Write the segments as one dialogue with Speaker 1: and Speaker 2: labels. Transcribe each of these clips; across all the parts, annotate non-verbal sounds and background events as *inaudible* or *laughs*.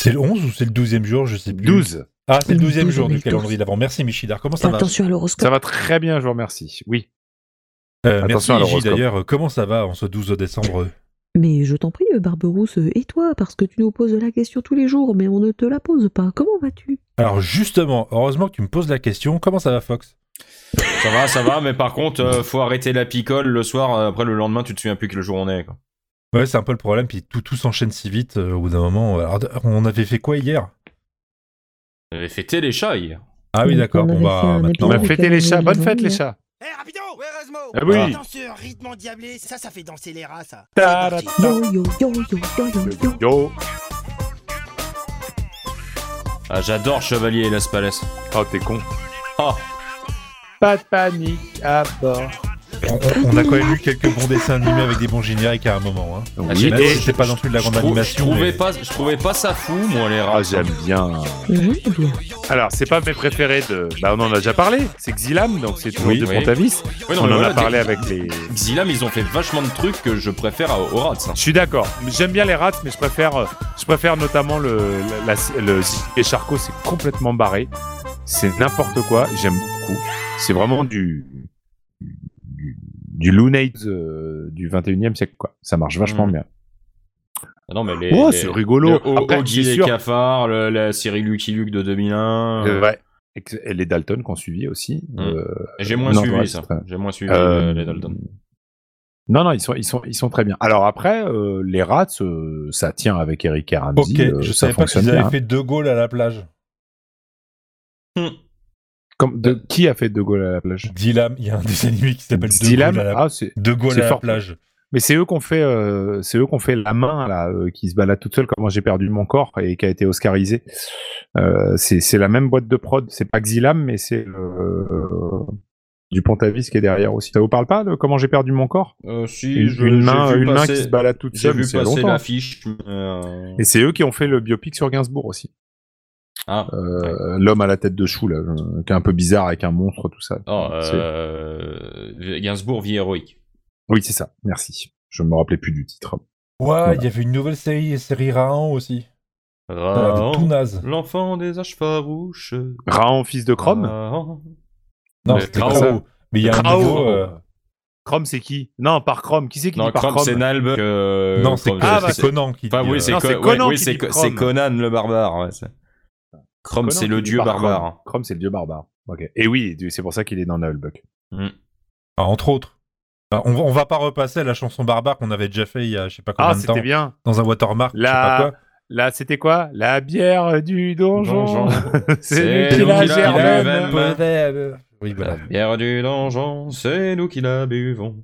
Speaker 1: C'est le 11 ou c'est le 12e jour Je sais plus.
Speaker 2: 12.
Speaker 1: Ah, c'est le
Speaker 3: Le
Speaker 1: 12e jour
Speaker 3: 12e,
Speaker 1: du calendrier d'avant. Merci Michidar. Comment ça
Speaker 3: Fais
Speaker 1: va
Speaker 3: attention à l'horoscope.
Speaker 2: Ça va très bien, je vous remercie. Oui.
Speaker 1: Euh, Merci
Speaker 2: Attention à
Speaker 1: Iji,
Speaker 2: l'horoscope.
Speaker 1: d'ailleurs. Comment ça va en ce 12 décembre
Speaker 3: Mais je t'en prie, euh, Barberousse, euh, et toi, parce que tu nous poses la question tous les jours, mais on ne te la pose pas. Comment vas-tu
Speaker 1: Alors justement, heureusement que tu me poses la question. Comment ça va Fox
Speaker 4: Ça va, ça va, mais par contre, euh, faut arrêter la picole le soir. euh, après, le lendemain, tu te souviens plus quel jour on est. Quoi.
Speaker 1: Ouais, c'est un peu le problème. Puis tout, tout s'enchaîne si vite euh, au bout d'un moment. Alors, on avait fait quoi hier
Speaker 4: On avait fêté les chats hier.
Speaker 1: Ah oui,
Speaker 3: On
Speaker 1: d'accord.
Speaker 3: avait
Speaker 1: Bon
Speaker 3: fait
Speaker 1: bah
Speaker 3: un
Speaker 1: maintenant.
Speaker 2: On va
Speaker 3: épisode.
Speaker 2: fêter les chats. Bonne fête, les
Speaker 3: Bonjour.
Speaker 2: chats.
Speaker 5: Eh, rapido Ouais, Erasmo
Speaker 2: Ah oui.
Speaker 5: Dans ce rythme endiablé, ça, ça fait danser les rats, ça C'est
Speaker 2: Ta-ra-ta.
Speaker 5: parti.
Speaker 3: Yo, yo, yo, yo, yo, yo, yo.
Speaker 2: Yo.
Speaker 4: Ah, j'adore Chevalier et Las Palais.
Speaker 2: Oh, t'es con.
Speaker 4: Oh,
Speaker 2: Pas de panique à bord.
Speaker 1: On, on- on a quand même eu quelques bons dessins animés avec des bons génériques à un moment. Hein.
Speaker 2: Oui.
Speaker 4: Ah, j'ai-
Speaker 1: Même
Speaker 4: et
Speaker 1: si c'est pas non plus de la
Speaker 4: je,
Speaker 1: grande
Speaker 4: trou- je
Speaker 1: animation.
Speaker 4: trouvais
Speaker 1: mais-
Speaker 4: pas, je trouvais pas ça fou, moi, les rats.
Speaker 2: Ah, j'aime bien.
Speaker 3: J'aime bien.
Speaker 2: Alors, c'est pas mes préférés de. Bah, on en a déjà parlé. C'est Xilam, donc c'est toujours
Speaker 4: Oui.
Speaker 2: de
Speaker 4: Oui.
Speaker 2: Pontavis.
Speaker 4: Oui, non,
Speaker 2: on
Speaker 4: mais
Speaker 2: en
Speaker 4: voilà,
Speaker 2: a parlé
Speaker 4: des-
Speaker 2: avec les.
Speaker 4: Xilam, ils ont fait vachement de trucs que je préfère à- aux rats. hein.
Speaker 2: Je suis d'accord. J'aime bien les rats, mais je préfère, euh, je préfère notamment le, la, la- le et Charcot. C'est complètement barré. C'est n'importe quoi. J'aime beaucoup. C'est vraiment du du, du Lunate euh, du 21e siècle. Quoi. Ça marche vachement
Speaker 4: Mm.
Speaker 2: bien.
Speaker 4: Ah Non, mais les.
Speaker 2: Oh,
Speaker 4: les-
Speaker 2: c'est
Speaker 4: le
Speaker 2: rigolo.
Speaker 4: O-
Speaker 2: Après,
Speaker 4: Oggy
Speaker 2: c'est
Speaker 4: et
Speaker 2: sûr.
Speaker 4: Cafard, le- la série Lucky Luke de 2001.
Speaker 2: euh,
Speaker 4: euh,
Speaker 2: ouais, et que- et les Dalton qu'on suivit aussi.
Speaker 4: Mm.
Speaker 2: euh,
Speaker 4: J'ai moins
Speaker 2: Non,
Speaker 4: suivi
Speaker 2: ouais,
Speaker 4: ça.
Speaker 2: c'est très-
Speaker 4: J'ai moins suivi
Speaker 2: Euh,
Speaker 4: euh, les Dalton.
Speaker 2: Non, non, ils sont, ils, sont, ils sont très bien. Alors après, euh, les rats, euh, ça tient avec Eric et Ramsey,
Speaker 1: Ok,
Speaker 2: euh,
Speaker 1: je
Speaker 2: ça
Speaker 1: savais pas
Speaker 2: fonctionne
Speaker 1: qu'ils
Speaker 2: bien,
Speaker 1: avaient
Speaker 2: hein.
Speaker 1: fait deux goals à la plage.
Speaker 2: Comme, de, qui a fait De Gaulle à la plage
Speaker 1: Dylan, il y a un dessin animé qui s'appelle De
Speaker 2: Dylan
Speaker 1: Gaulle à la
Speaker 2: Ah, c'est-
Speaker 1: De Gaulle
Speaker 2: C'est
Speaker 1: à la
Speaker 2: fort.
Speaker 1: plage.
Speaker 2: Mais c'est eux qu'on fait, euh, c'est eux qu'on fait la main là, euh, qui se balade toute seule. Comment j'ai perdu mon corps et qui a été Oscarisé. Euh, c'est c'est la même boîte de prod. C'est pas Xilam, mais c'est euh, du Pontavis qui est derrière aussi. Ça vous parle pas de Comment j'ai perdu mon corps
Speaker 4: Euh, si,
Speaker 2: Une,
Speaker 4: je-
Speaker 2: une
Speaker 4: j'ai
Speaker 2: main,
Speaker 4: vu
Speaker 2: une main
Speaker 4: passer-
Speaker 2: qui se balade toute
Speaker 4: J'ai
Speaker 2: seule.
Speaker 4: vu
Speaker 2: C'est
Speaker 4: passer
Speaker 2: longtemps.
Speaker 4: l'affiche. euh,
Speaker 2: Et c'est eux qui ont fait le biopic sur Gainsbourg aussi.
Speaker 4: Ah,
Speaker 2: Euh, L'homme à la tête de chou là, euh, qui est un peu bizarre avec un monstre, tout ça.
Speaker 4: non,
Speaker 1: Ah,
Speaker 2: C'est-
Speaker 4: Oh, euh, Gainsbourg, vie héroïque.
Speaker 2: Oui, c'est ça. Merci. Je me rappelais plus du titre.
Speaker 1: Ouais, il y avait une nouvelle série, série Rahan aussi.
Speaker 4: Ah,
Speaker 1: Euh,
Speaker 4: Raon,
Speaker 1: tout naze.
Speaker 4: L'enfant des âges farouches.
Speaker 2: Raon, fils de Chrome.
Speaker 4: Raon.
Speaker 1: Non,
Speaker 4: Mais
Speaker 1: c'était
Speaker 4: Krao.
Speaker 1: Krao. Mais il y a un
Speaker 2: Krao.
Speaker 1: nouveau. euh,
Speaker 2: Chrome, c'est qui Non, par Chrome. Qui c'est qui
Speaker 4: Non,
Speaker 2: dit par
Speaker 4: Chrome,
Speaker 2: Chrome
Speaker 4: c'est Nalbuck. euh,
Speaker 1: non, c'est
Speaker 4: Chrome,
Speaker 2: Ah,
Speaker 1: c'est
Speaker 2: bah,
Speaker 4: c'est-
Speaker 1: Conan qui.
Speaker 4: Enfin,
Speaker 1: dit,
Speaker 4: oui,
Speaker 1: euh,
Speaker 4: c'est
Speaker 2: Non,
Speaker 4: Co-
Speaker 2: c'est
Speaker 4: ouais,
Speaker 2: Conan
Speaker 4: oui,
Speaker 2: qui
Speaker 4: c'est
Speaker 2: dit
Speaker 4: Co-
Speaker 2: Chrome.
Speaker 4: c'est Conan le barbare. ouais, c'est- Chrome,
Speaker 2: Conan
Speaker 4: c'est le
Speaker 2: qui dit
Speaker 4: dieu
Speaker 2: par
Speaker 4: barbare.
Speaker 2: Chrome. Chrome, c'est le dieu barbare. Ok. Et oui, c'est pour ça qu'il est dans Nullbuck.
Speaker 4: Mm.
Speaker 1: ah, entre autres. Ah, on, va- on va pas repasser la chanson barbare qu'on avait déjà fait il y a je sais pas combien
Speaker 2: Ah,
Speaker 1: de temps
Speaker 2: c'était bien.
Speaker 1: dans un watermark. je sais
Speaker 2: La-
Speaker 1: pas quoi.
Speaker 2: Là, c'était quoi La bière du donjon.
Speaker 4: *laughs* C'est
Speaker 2: lui qui
Speaker 4: nous
Speaker 2: la
Speaker 4: qui la
Speaker 2: germane.
Speaker 4: buvons.
Speaker 1: euh, Oui, voilà.
Speaker 4: La bière du donjon, c'est nous qui la buvons.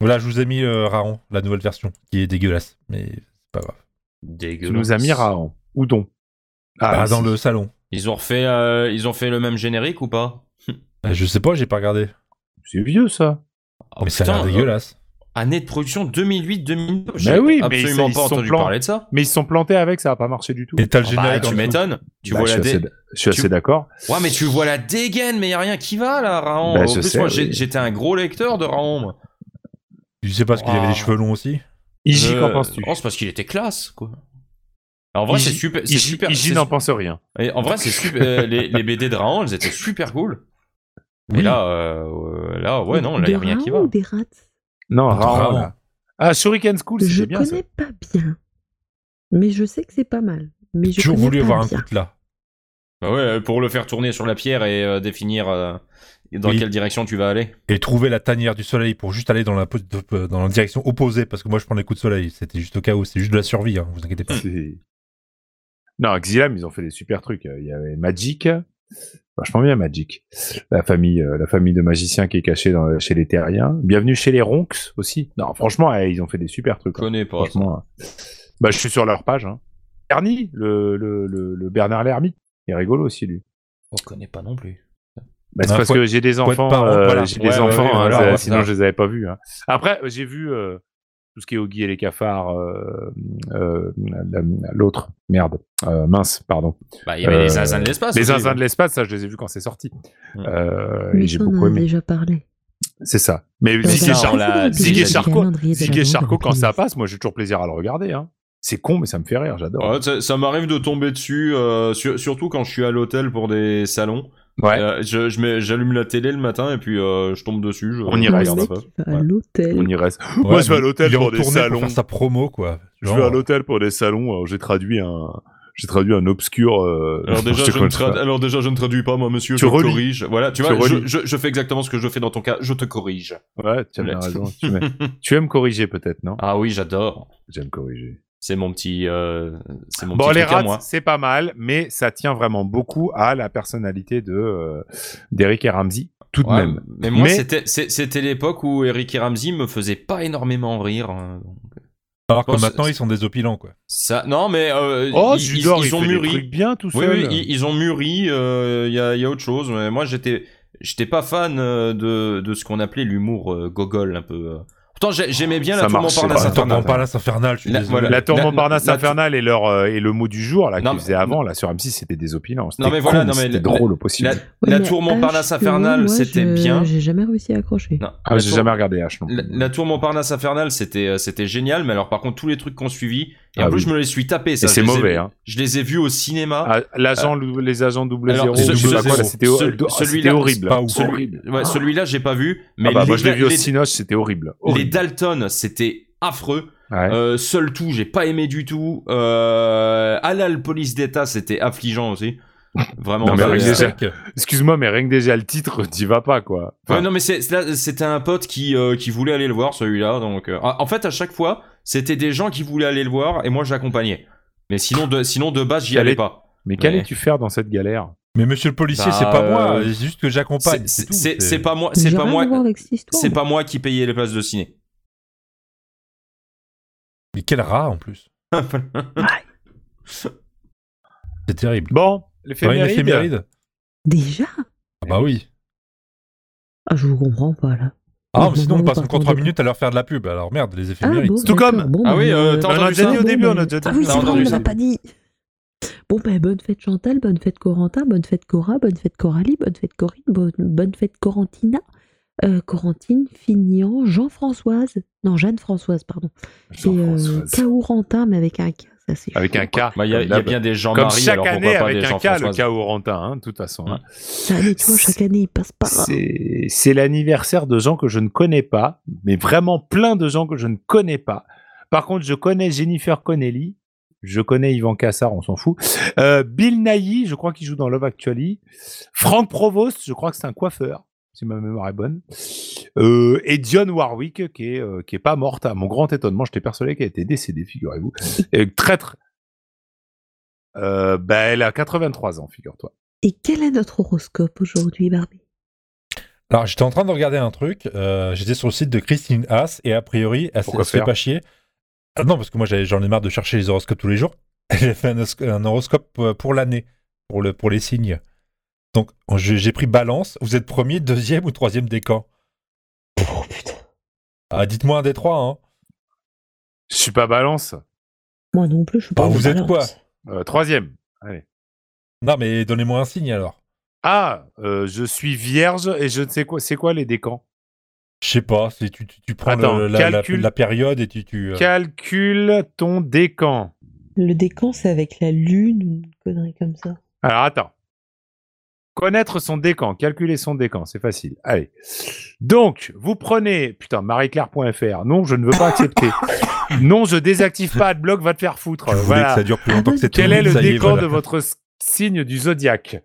Speaker 1: Voilà, je vous ai mis euh, Raon, la nouvelle version, qui est dégueulasse, mais c'est pas grave.
Speaker 2: Tu
Speaker 4: Dégueulasse.
Speaker 2: nous as mis Raon. Oudon. Ah,
Speaker 4: Bah,
Speaker 1: Ah,
Speaker 2: mais
Speaker 1: dans
Speaker 2: si.
Speaker 1: le salon.
Speaker 4: Ils ont refait, euh, ils ont fait le même générique ou pas
Speaker 1: Ah, Je sais pas, j'ai pas regardé.
Speaker 2: C'est vieux, ça.
Speaker 4: Oh,
Speaker 1: mais ça a
Speaker 4: putain,
Speaker 1: l'air dégueulasse.
Speaker 4: euh, Année de production 2008-2009.
Speaker 2: Mais Bah oui, mais
Speaker 4: absolument
Speaker 2: ils-
Speaker 4: pas
Speaker 2: ils sont
Speaker 4: entendu
Speaker 2: plans.
Speaker 4: parler de ça.
Speaker 2: Mais ils se sont plantés avec, ça n'a pas marché du tout.
Speaker 1: Et t'as le
Speaker 4: Ah bah,
Speaker 1: générique. en
Speaker 4: tu
Speaker 1: dessous.
Speaker 4: m'étonnes. Tu
Speaker 2: Bah,
Speaker 4: vois
Speaker 2: je suis
Speaker 4: la dé-
Speaker 2: assez d- Je suis
Speaker 4: tu-
Speaker 2: assez d'accord.
Speaker 4: Ouais, mais tu vois la dégaine, mais y a rien qui va là, Raon.
Speaker 2: Bah,
Speaker 4: en
Speaker 2: je
Speaker 4: plus,
Speaker 2: sais,
Speaker 4: moi,
Speaker 2: oui.
Speaker 4: j'ai- j'étais un gros lecteur de Raon. moi.
Speaker 1: Tu sais pas parce qu'il avait
Speaker 4: Waouh.
Speaker 1: les cheveux longs aussi
Speaker 2: Iji,
Speaker 4: Euh,
Speaker 2: qu'en penses-tu
Speaker 4: Non, c'est parce qu'il était classe, quoi. En vrai,
Speaker 2: Iji-
Speaker 4: c'est super. c'est
Speaker 2: Iji
Speaker 4: super
Speaker 2: Iji
Speaker 4: c'est-
Speaker 2: n'en pense rien.
Speaker 4: Et en vrai, c'est super. euh, les, les BD de Raon, elles étaient super cool. Mais
Speaker 2: Oui.
Speaker 4: là, euh, euh, là, ouais, non, là,
Speaker 3: Des
Speaker 4: y a rien qui
Speaker 3: rats
Speaker 4: va.
Speaker 3: ou des rats
Speaker 2: Non, Raon.
Speaker 1: Raon.
Speaker 2: là. Ah, Shuriken School,
Speaker 3: Je
Speaker 2: c'était bien, ça.
Speaker 3: connais pas bien. Mais je sais que c'est pas mal. Mais je
Speaker 1: J'ai toujours
Speaker 3: connais
Speaker 1: voulu
Speaker 3: pas
Speaker 1: avoir un
Speaker 3: bien.
Speaker 1: coup de là.
Speaker 4: Bah ouais, pour le faire tourner sur la pierre et euh, définir euh, dans
Speaker 1: Oui.
Speaker 4: quelle direction tu vas aller.
Speaker 1: Et trouver la tanière du soleil pour juste aller dans la, po- de- dans la direction opposée, parce que moi je prends les coups de soleil, c'était juste au cas où, c'est juste de la survie, hein, vous inquiétez pas.
Speaker 2: C'est- Non, Xilam, ils ont fait des super trucs. Il y avait Magic, vachement bien Magic. La famille, euh, la famille de magiciens qui est cachée dans- chez les terriens. Bienvenue chez les Ronks aussi. Non, franchement, eh, ils ont fait des super trucs.
Speaker 4: Je
Speaker 2: hein.
Speaker 4: connais pas. ça.
Speaker 2: Franchement, euh, bah, je suis sur leur page. Hein. Bernie, le, le, le, le Bernard l'ermite, il est rigolo aussi lui.
Speaker 4: Je connais pas non plus.
Speaker 2: Bah, c'est
Speaker 1: Ah,
Speaker 2: parce
Speaker 1: faut
Speaker 2: que j'ai des
Speaker 1: être
Speaker 2: enfants,
Speaker 1: parent,
Speaker 2: euh,
Speaker 1: voilà.
Speaker 2: j'ai
Speaker 4: Ouais,
Speaker 2: des
Speaker 4: ouais,
Speaker 2: enfants,
Speaker 4: ouais,
Speaker 2: hein,
Speaker 4: voilà,
Speaker 2: ça-
Speaker 4: voilà.
Speaker 2: sinon je les avais pas vus. hein. Après, j'ai vu euh, tout ce qui est Oggy et les cafards, euh, euh, la- l'autre, merde, euh, mince, pardon.
Speaker 4: Bah, il y avait les
Speaker 2: Euh,
Speaker 4: zinzins de l'espace.
Speaker 2: les
Speaker 4: aussi. hein.
Speaker 2: zinzins de l'espace, ça je les ai vus quand c'est sorti.
Speaker 4: Mm.
Speaker 2: Euh, et
Speaker 3: Mais
Speaker 2: j'ai
Speaker 3: t'en
Speaker 2: beaucoup
Speaker 3: as
Speaker 2: aimé.
Speaker 3: déjà parlé. Bah,
Speaker 2: C'est ça. Mais
Speaker 3: Dans
Speaker 2: Ziggy
Speaker 3: un
Speaker 2: Char-
Speaker 4: on l'a-
Speaker 3: précédent
Speaker 4: Ziggy
Speaker 3: épisode du
Speaker 2: Charcot-
Speaker 3: calendrier de
Speaker 2: Ziggy et
Speaker 3: l'Avent dans
Speaker 2: Charcot,
Speaker 3: la
Speaker 2: quand ça
Speaker 3: playlist.
Speaker 2: passe, moi j'ai toujours plaisir à le regarder. Hein. C'est con, mais ça me fait rire, j'adore.
Speaker 4: Ouais, ça ça m'arrive de tomber dessus, euh, sur- surtout quand je suis à l'hôtel pour des salons.
Speaker 2: Ouais.
Speaker 4: Euh, je, je mets- j'allume la télé le matin et puis euh, je tombe dessus. Je,
Speaker 2: On y
Speaker 4: je
Speaker 3: Le
Speaker 2: reste.
Speaker 4: regarde
Speaker 3: mec
Speaker 4: un peu.
Speaker 3: qui va à
Speaker 4: Ouais.
Speaker 3: l'hôtel.
Speaker 2: On y reste. *laughs* Moi, je vais à l'hôtel
Speaker 1: il est
Speaker 2: pour des
Speaker 1: retourné
Speaker 2: salons.
Speaker 1: faire sa promo, quoi.
Speaker 2: Je vais à l'hôtel pour des salons. alors J'ai traduit un, j'ai traduit un obscur. euh, *laughs*
Speaker 4: Alors déjà,
Speaker 2: sais
Speaker 4: je
Speaker 2: quoi,
Speaker 4: ne trad- alors déjà, je ne traduis pas, moi, monsieur.
Speaker 2: Tu
Speaker 4: je
Speaker 2: relis.
Speaker 4: corrige. Voilà, tu
Speaker 2: Tu
Speaker 4: vois, je,
Speaker 2: relis.
Speaker 4: je- je fais exactement ce que je fais dans ton cas. Je te corrige.
Speaker 2: Ouais, tu as bien
Speaker 4: Ouais.
Speaker 2: raison.
Speaker 4: *laughs*
Speaker 2: Tu, m'aimes- tu aimes corriger peut-être, non
Speaker 4: Ah oui, j'adore.
Speaker 2: J'aime corriger.
Speaker 4: C'est mon petit, euh, c'est mon
Speaker 2: Bon,
Speaker 4: petit
Speaker 2: les
Speaker 4: truc à
Speaker 2: rats,
Speaker 4: moi.
Speaker 2: c'est pas mal, mais ça tient vraiment beaucoup à la personnalité de euh, d'Eric et Ramsey, tout de
Speaker 4: Ouais,
Speaker 2: même.
Speaker 4: Mais moi,
Speaker 2: Mais-
Speaker 4: c'était- c'est- c'était l'époque où Eric et Ramsey me faisaient pas énormément rire. hein.
Speaker 1: Alors que
Speaker 4: Bon, c'est-
Speaker 1: maintenant, ils sont désopilants, quoi.
Speaker 4: Ça, non, mais euh,
Speaker 2: Oh,
Speaker 4: ils, ils-
Speaker 2: Judor,
Speaker 4: ils
Speaker 2: il
Speaker 4: ont
Speaker 2: fait
Speaker 4: mûri.
Speaker 2: des trucs bien tout
Speaker 4: Oui,
Speaker 2: seul.
Speaker 4: oui, ils, ils ont mûri. Il y, a, y a autre chose. Mais moi, j'étais, j'étais pas fan euh, de, de ce qu'on appelait l'humour euh, gogol un peu. euh. Pourtant, j'ai- j'aimais bien
Speaker 2: Ça
Speaker 4: la tour
Speaker 2: marchait
Speaker 4: Montparnasse
Speaker 2: pas.
Speaker 1: Ah,
Speaker 2: Attends,
Speaker 1: Attends,
Speaker 4: infernale.
Speaker 1: on parle à Saint-Fernal, je suis
Speaker 4: La-
Speaker 1: désolé.
Speaker 4: voilà.
Speaker 2: La tour
Speaker 4: La-
Speaker 2: Montparnasse
Speaker 4: la- la-
Speaker 2: infernale et leur euh, et le mot du jour là
Speaker 4: Non,
Speaker 2: qu'ils
Speaker 4: mais-
Speaker 2: faisaient avant là sur M6 c'était désopilant. C'était
Speaker 4: Non, mais
Speaker 2: con,
Speaker 4: voilà, non, mais
Speaker 2: c'était
Speaker 4: la-
Speaker 2: drôle au possible.
Speaker 4: La,
Speaker 3: Ouais,
Speaker 4: la
Speaker 3: mais
Speaker 4: tour
Speaker 3: H,
Speaker 4: Montparnasse
Speaker 3: que
Speaker 4: infernale,
Speaker 3: moi,
Speaker 4: c'était
Speaker 3: je-
Speaker 4: bien.
Speaker 3: J'ai jamais réussi à accrocher.
Speaker 4: Non,
Speaker 2: Ah,
Speaker 4: la
Speaker 2: j'ai
Speaker 4: tour-
Speaker 2: jamais regardé H non. plus.
Speaker 4: La, la tour Montparnasse infernale, c'était euh, c'était génial, mais alors par contre tous les trucs qu'on suivit, et
Speaker 2: Ah
Speaker 4: en plus
Speaker 2: oui.
Speaker 4: je me les suis tapés. Ça,
Speaker 2: Et c'est
Speaker 4: je les ai-
Speaker 2: mauvais hein.
Speaker 4: Je les ai vus au cinéma.
Speaker 2: Ah, L'agent, lou- les agents double
Speaker 4: Alors,
Speaker 2: zéro,
Speaker 1: ce-
Speaker 2: ou je sais pas
Speaker 1: ce-
Speaker 2: quoi, là,
Speaker 1: ce-
Speaker 2: c'était ho-
Speaker 4: ce-
Speaker 2: oh,
Speaker 4: celui-là,
Speaker 2: c'était horrible.
Speaker 1: c'est pas ouf.
Speaker 2: Horrible.
Speaker 4: Ouais, celui-là j'ai pas vu, mais
Speaker 2: Ah bah, moi,
Speaker 4: les,
Speaker 2: je l'ai vu au
Speaker 4: les-
Speaker 2: Cinoche, c'était horrible.
Speaker 4: les
Speaker 2: horrible.
Speaker 4: Dalton, c'était affreux.
Speaker 2: Ouais.
Speaker 4: Euh, seul tout, j'ai pas aimé du tout. Euh, Halal Police d'État, c'était affligeant aussi. Vraiment.
Speaker 2: Non, mais
Speaker 4: c'est-
Speaker 2: avec des-
Speaker 4: euh,
Speaker 1: Sec.
Speaker 2: Excuse-moi, mais rien que déjà le titre, *laughs* t'y vas pas, quoi. Enfin,
Speaker 4: Ouais, non, mais c'est- c'est là, c'était un pote qui, euh, qui voulait aller le voir, celui-là. Donc, euh, en fait, à chaque fois, c'était des gens qui voulaient aller le voir et moi, j'accompagnais. Mais sinon, de, sinon de base, j'y
Speaker 2: Allez.
Speaker 4: allais pas.
Speaker 2: mais qu'allais-tu faire dans cette galère
Speaker 1: Mais monsieur le policier,
Speaker 4: Bah,
Speaker 1: c'est pas moi,
Speaker 4: euh,
Speaker 1: c'est juste que
Speaker 4: C'est-
Speaker 1: j'accompagne. c'est
Speaker 4: C'est
Speaker 1: tout,
Speaker 4: c'est- c'est pas moi, c'est
Speaker 3: J'ai
Speaker 4: pas
Speaker 3: rien
Speaker 4: moi,
Speaker 3: à voir avec cette histoire.
Speaker 4: c'est pas moi qui payais les places de ciné.
Speaker 1: Mais quel rat en plus. c'est terrible.
Speaker 2: Bon,
Speaker 1: T'aurais une
Speaker 2: l'éphéméride.
Speaker 1: éphéméride
Speaker 3: Déjà
Speaker 1: Ah bah oui.
Speaker 3: Ah, je vous comprends pas là.
Speaker 1: Ah,
Speaker 3: Mais
Speaker 1: mais sinon,
Speaker 3: bon,
Speaker 1: on passe
Speaker 3: par
Speaker 1: encore
Speaker 3: contre,
Speaker 1: 3
Speaker 3: je-
Speaker 1: minutes à leur faire de la pub. Alors merde, les
Speaker 3: Ah,
Speaker 1: éphémérides.
Speaker 3: bon,
Speaker 2: C'est tout
Speaker 3: d'accord,
Speaker 2: comme.
Speaker 3: bon,
Speaker 4: Ah
Speaker 3: bah,
Speaker 4: oui, euh,
Speaker 3: bon,
Speaker 4: t'as
Speaker 2: on en a
Speaker 4: entendu
Speaker 2: déjà
Speaker 4: ça
Speaker 2: dit au
Speaker 3: bah,
Speaker 2: début, on a déjà dit.
Speaker 3: Ah oui,
Speaker 4: T'as
Speaker 3: c'est vrai,
Speaker 4: hein, entendu
Speaker 3: on
Speaker 4: ça.
Speaker 3: l'a pas dit. Bon, ben, bonne fête Chantal, bonne fête Corentin, bonne fête Cora, bonne fête Coralie, bonne fête Corinne, bonne, bonne fête Corentina. Euh, Corentine, Finian, Jean-Françoise, non, Jeanne-Françoise, pardon. Et euh,
Speaker 2: Jean-Françoise.
Speaker 3: Kaurentin, mais avec un K, ça c'est
Speaker 2: Avec
Speaker 3: chaud,
Speaker 2: un
Speaker 3: quoi.
Speaker 2: K.
Speaker 4: Bah, Il y a,
Speaker 2: comme
Speaker 4: il y a
Speaker 2: d'hab.
Speaker 4: bien des
Speaker 2: Comme
Speaker 4: Jean-Marie,
Speaker 2: chaque
Speaker 4: alors pourquoi
Speaker 2: année,
Speaker 4: pas
Speaker 2: avec
Speaker 4: des
Speaker 2: un K, le
Speaker 4: Jean-François
Speaker 2: K Orentin, hein, de toute façon. hein.
Speaker 3: Ah, mais tu vois, chaque année, il passe par là.
Speaker 2: C'est c'est l'anniversaire de gens que je ne connais pas, mais vraiment plein de gens que je ne connais pas. Par contre, je connais Jennifer Connelly, je connais Yvan Cassar, on s'en fout. Euh, Bill Nighy, je crois qu'il joue dans Love Actually. Franck Provost, je crois que c'est un coiffeur, si ma mémoire est bonne. Euh, et Dionne Warwick, qui est, euh, qui est pas morte, à mon grand étonnement, j'étais persuadé qu'elle était décédée, figurez-vous. Euh, traître. Euh, bah, elle a 83 ans, figure-toi.
Speaker 3: Et quel est notre horoscope aujourd'hui, Barbie
Speaker 1: Alors j'étais en train de regarder un truc. euh, j'étais sur le site de Christine Haas et a priori, elle, s-
Speaker 2: Pourquoi
Speaker 1: elle se fait
Speaker 2: faire
Speaker 1: pas chier. Ah non, parce que moi j'avais- j'en ai marre de chercher les horoscopes tous les jours. *laughs* J'ai fait un, os- un horoscope euh, pour l'année, pour, le, pour les signes. Donc on- j'ai j'ai pris balance. Vous êtes premier, deuxième ou troisième des camps
Speaker 3: Oh putain,
Speaker 1: Ah, dites-moi un des trois. Hein.
Speaker 2: Je suis pas balance.
Speaker 3: moi non plus, je suis
Speaker 1: Bah,
Speaker 3: pas
Speaker 1: vous
Speaker 3: une
Speaker 1: êtes quoi
Speaker 3: balance.
Speaker 2: Euh, troisième. Allez.
Speaker 1: Non, mais donnez-moi un signe alors.
Speaker 2: Ah, euh, je suis vierge et je ne sais quoi. C'est quoi les décans
Speaker 1: Je sais pas, c'est- tu, tu, tu prends le-
Speaker 2: Attends,
Speaker 1: la, la-
Speaker 2: calcul.
Speaker 1: la période et tu. tu euh,
Speaker 2: Calcule ton décan.
Speaker 3: Le décan, c'est avec la lune, ou une connerie comme ça.
Speaker 2: Alors attends. Connaître son décan, calculer son décan, c'est facile. Allez. Donc, vous prenez. Putain, marieclaire.fr. Non, je ne veux
Speaker 1: *laughs*
Speaker 2: pas accepter. non, je désactive pas AdBlock, va te faire foutre.
Speaker 1: tu voulais
Speaker 2: Voilà.
Speaker 1: que ça dure plus longtemps que cette
Speaker 2: Quel est le
Speaker 1: ça y
Speaker 2: décan
Speaker 1: voilà.
Speaker 2: de votre s- signe du zodiaque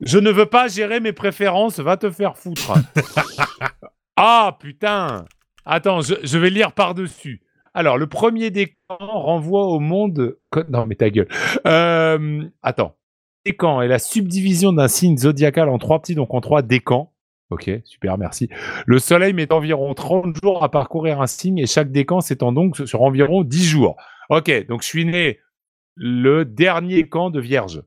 Speaker 2: Je ne veux pas gérer mes préférences, va te
Speaker 1: *laughs*
Speaker 2: faire foutre. ah putain Attends, je, je vais lire par-dessus. Alors, le premier décan renvoie au monde. co- Non, mais ta gueule. Euh, attends. Décan est la subdivision d'un signe zodiacal en trois petits, donc en trois décans. Ok, super, merci. Le soleil met environ 30 jours à parcourir un signe et chaque décan s'étend donc sur environ 10 jours. Ok, donc je suis né le dernier camp de Vierge.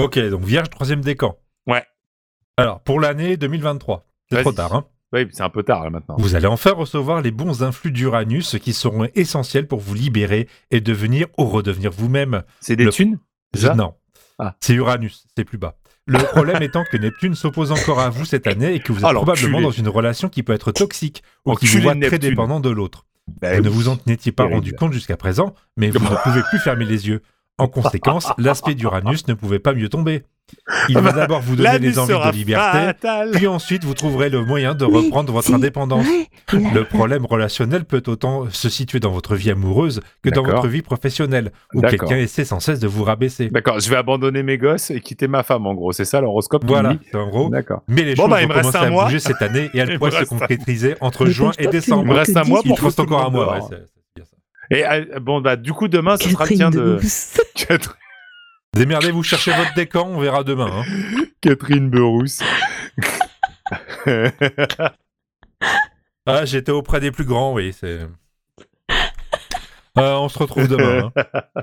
Speaker 1: Ok, donc Vierge, troisième décan.
Speaker 2: Ouais.
Speaker 1: Alors, pour l'année 2023, c'est
Speaker 2: Vas-y.
Speaker 1: trop tard. Hein
Speaker 2: Oui, c'est un peu tard là, maintenant.
Speaker 1: vous allez enfin recevoir les bons influx d'Uranus qui seront essentiels pour vous libérer et devenir ou redevenir vous-même.
Speaker 2: C'est des
Speaker 1: Le-
Speaker 2: thunes c'est ça
Speaker 1: Non.
Speaker 2: Ah.
Speaker 1: C'est Uranus, c'est plus bas.
Speaker 2: *laughs*
Speaker 1: Le problème étant que Neptune s'oppose encore à vous cette année et que vous êtes
Speaker 2: Ah, l'enculé.
Speaker 1: probablement dans une relation qui peut être toxique ou qui
Speaker 2: Enculé
Speaker 1: vous voit
Speaker 2: de
Speaker 1: très
Speaker 2: Neptune. Ben
Speaker 1: dépendant de l'autre. Vous ne vous en n'étiez pas rendu compte jusqu'à présent, mais vous ne pouvez plus fermer les yeux. En
Speaker 2: *laughs*
Speaker 1: conséquence, l'aspect d'Uranus ne pouvait pas mieux tomber. Il va d'abord vous donner
Speaker 2: L'anus
Speaker 1: des envies
Speaker 2: sera
Speaker 1: de liberté,
Speaker 2: fatal.
Speaker 1: puis ensuite vous trouverez le moyen de
Speaker 3: Oui,
Speaker 1: reprendre votre
Speaker 3: si,
Speaker 1: indépendance.
Speaker 3: ouais, la-
Speaker 1: Le problème relationnel peut autant se situer dans votre vie amoureuse que dans
Speaker 2: D'accord.
Speaker 1: votre vie professionnelle, où
Speaker 2: D'accord.
Speaker 1: quelqu'un essaie sans cesse de vous rabaisser.
Speaker 2: D'accord, je vais abandonner mes gosses et quitter ma femme, en gros. C'est ça l'horoscope qu'il
Speaker 1: Voilà, Oh.
Speaker 2: dit
Speaker 1: c'est en gros.
Speaker 2: D'accord.
Speaker 1: Mais les
Speaker 2: Bon,
Speaker 1: choses
Speaker 2: bah, il
Speaker 1: vont
Speaker 2: me reste
Speaker 1: commencer
Speaker 2: un
Speaker 1: à
Speaker 2: mois.
Speaker 1: bouger cette année et
Speaker 2: *laughs* Il
Speaker 1: elles
Speaker 2: me
Speaker 1: pourraient se
Speaker 2: reste un-
Speaker 1: concrétiser entre
Speaker 3: Mais
Speaker 1: juin et
Speaker 3: pense pas que tu
Speaker 2: Il
Speaker 1: décembre.
Speaker 2: me
Speaker 3: n'auras
Speaker 2: reste
Speaker 3: que
Speaker 2: un mois
Speaker 1: Oh, Il
Speaker 2: pour
Speaker 1: te reste
Speaker 2: que tout
Speaker 1: encore
Speaker 2: le
Speaker 1: un
Speaker 2: monde
Speaker 1: mois. ouais,
Speaker 2: dort.
Speaker 1: c'est- c'est bien ça.
Speaker 2: Et euh, bon, bah, du coup, demain, ce sera le
Speaker 3: Catherine
Speaker 2: tien de.
Speaker 3: Derousse.
Speaker 2: Catherine-
Speaker 1: Démerdez-vous, cherchez votre décan, on verra demain. hein.
Speaker 2: *laughs*
Speaker 1: *laughs*
Speaker 2: Catherine Berousse.
Speaker 1: Ah, j'étais auprès des plus grands, oui. C'est. Euh, on se retrouve demain. hein.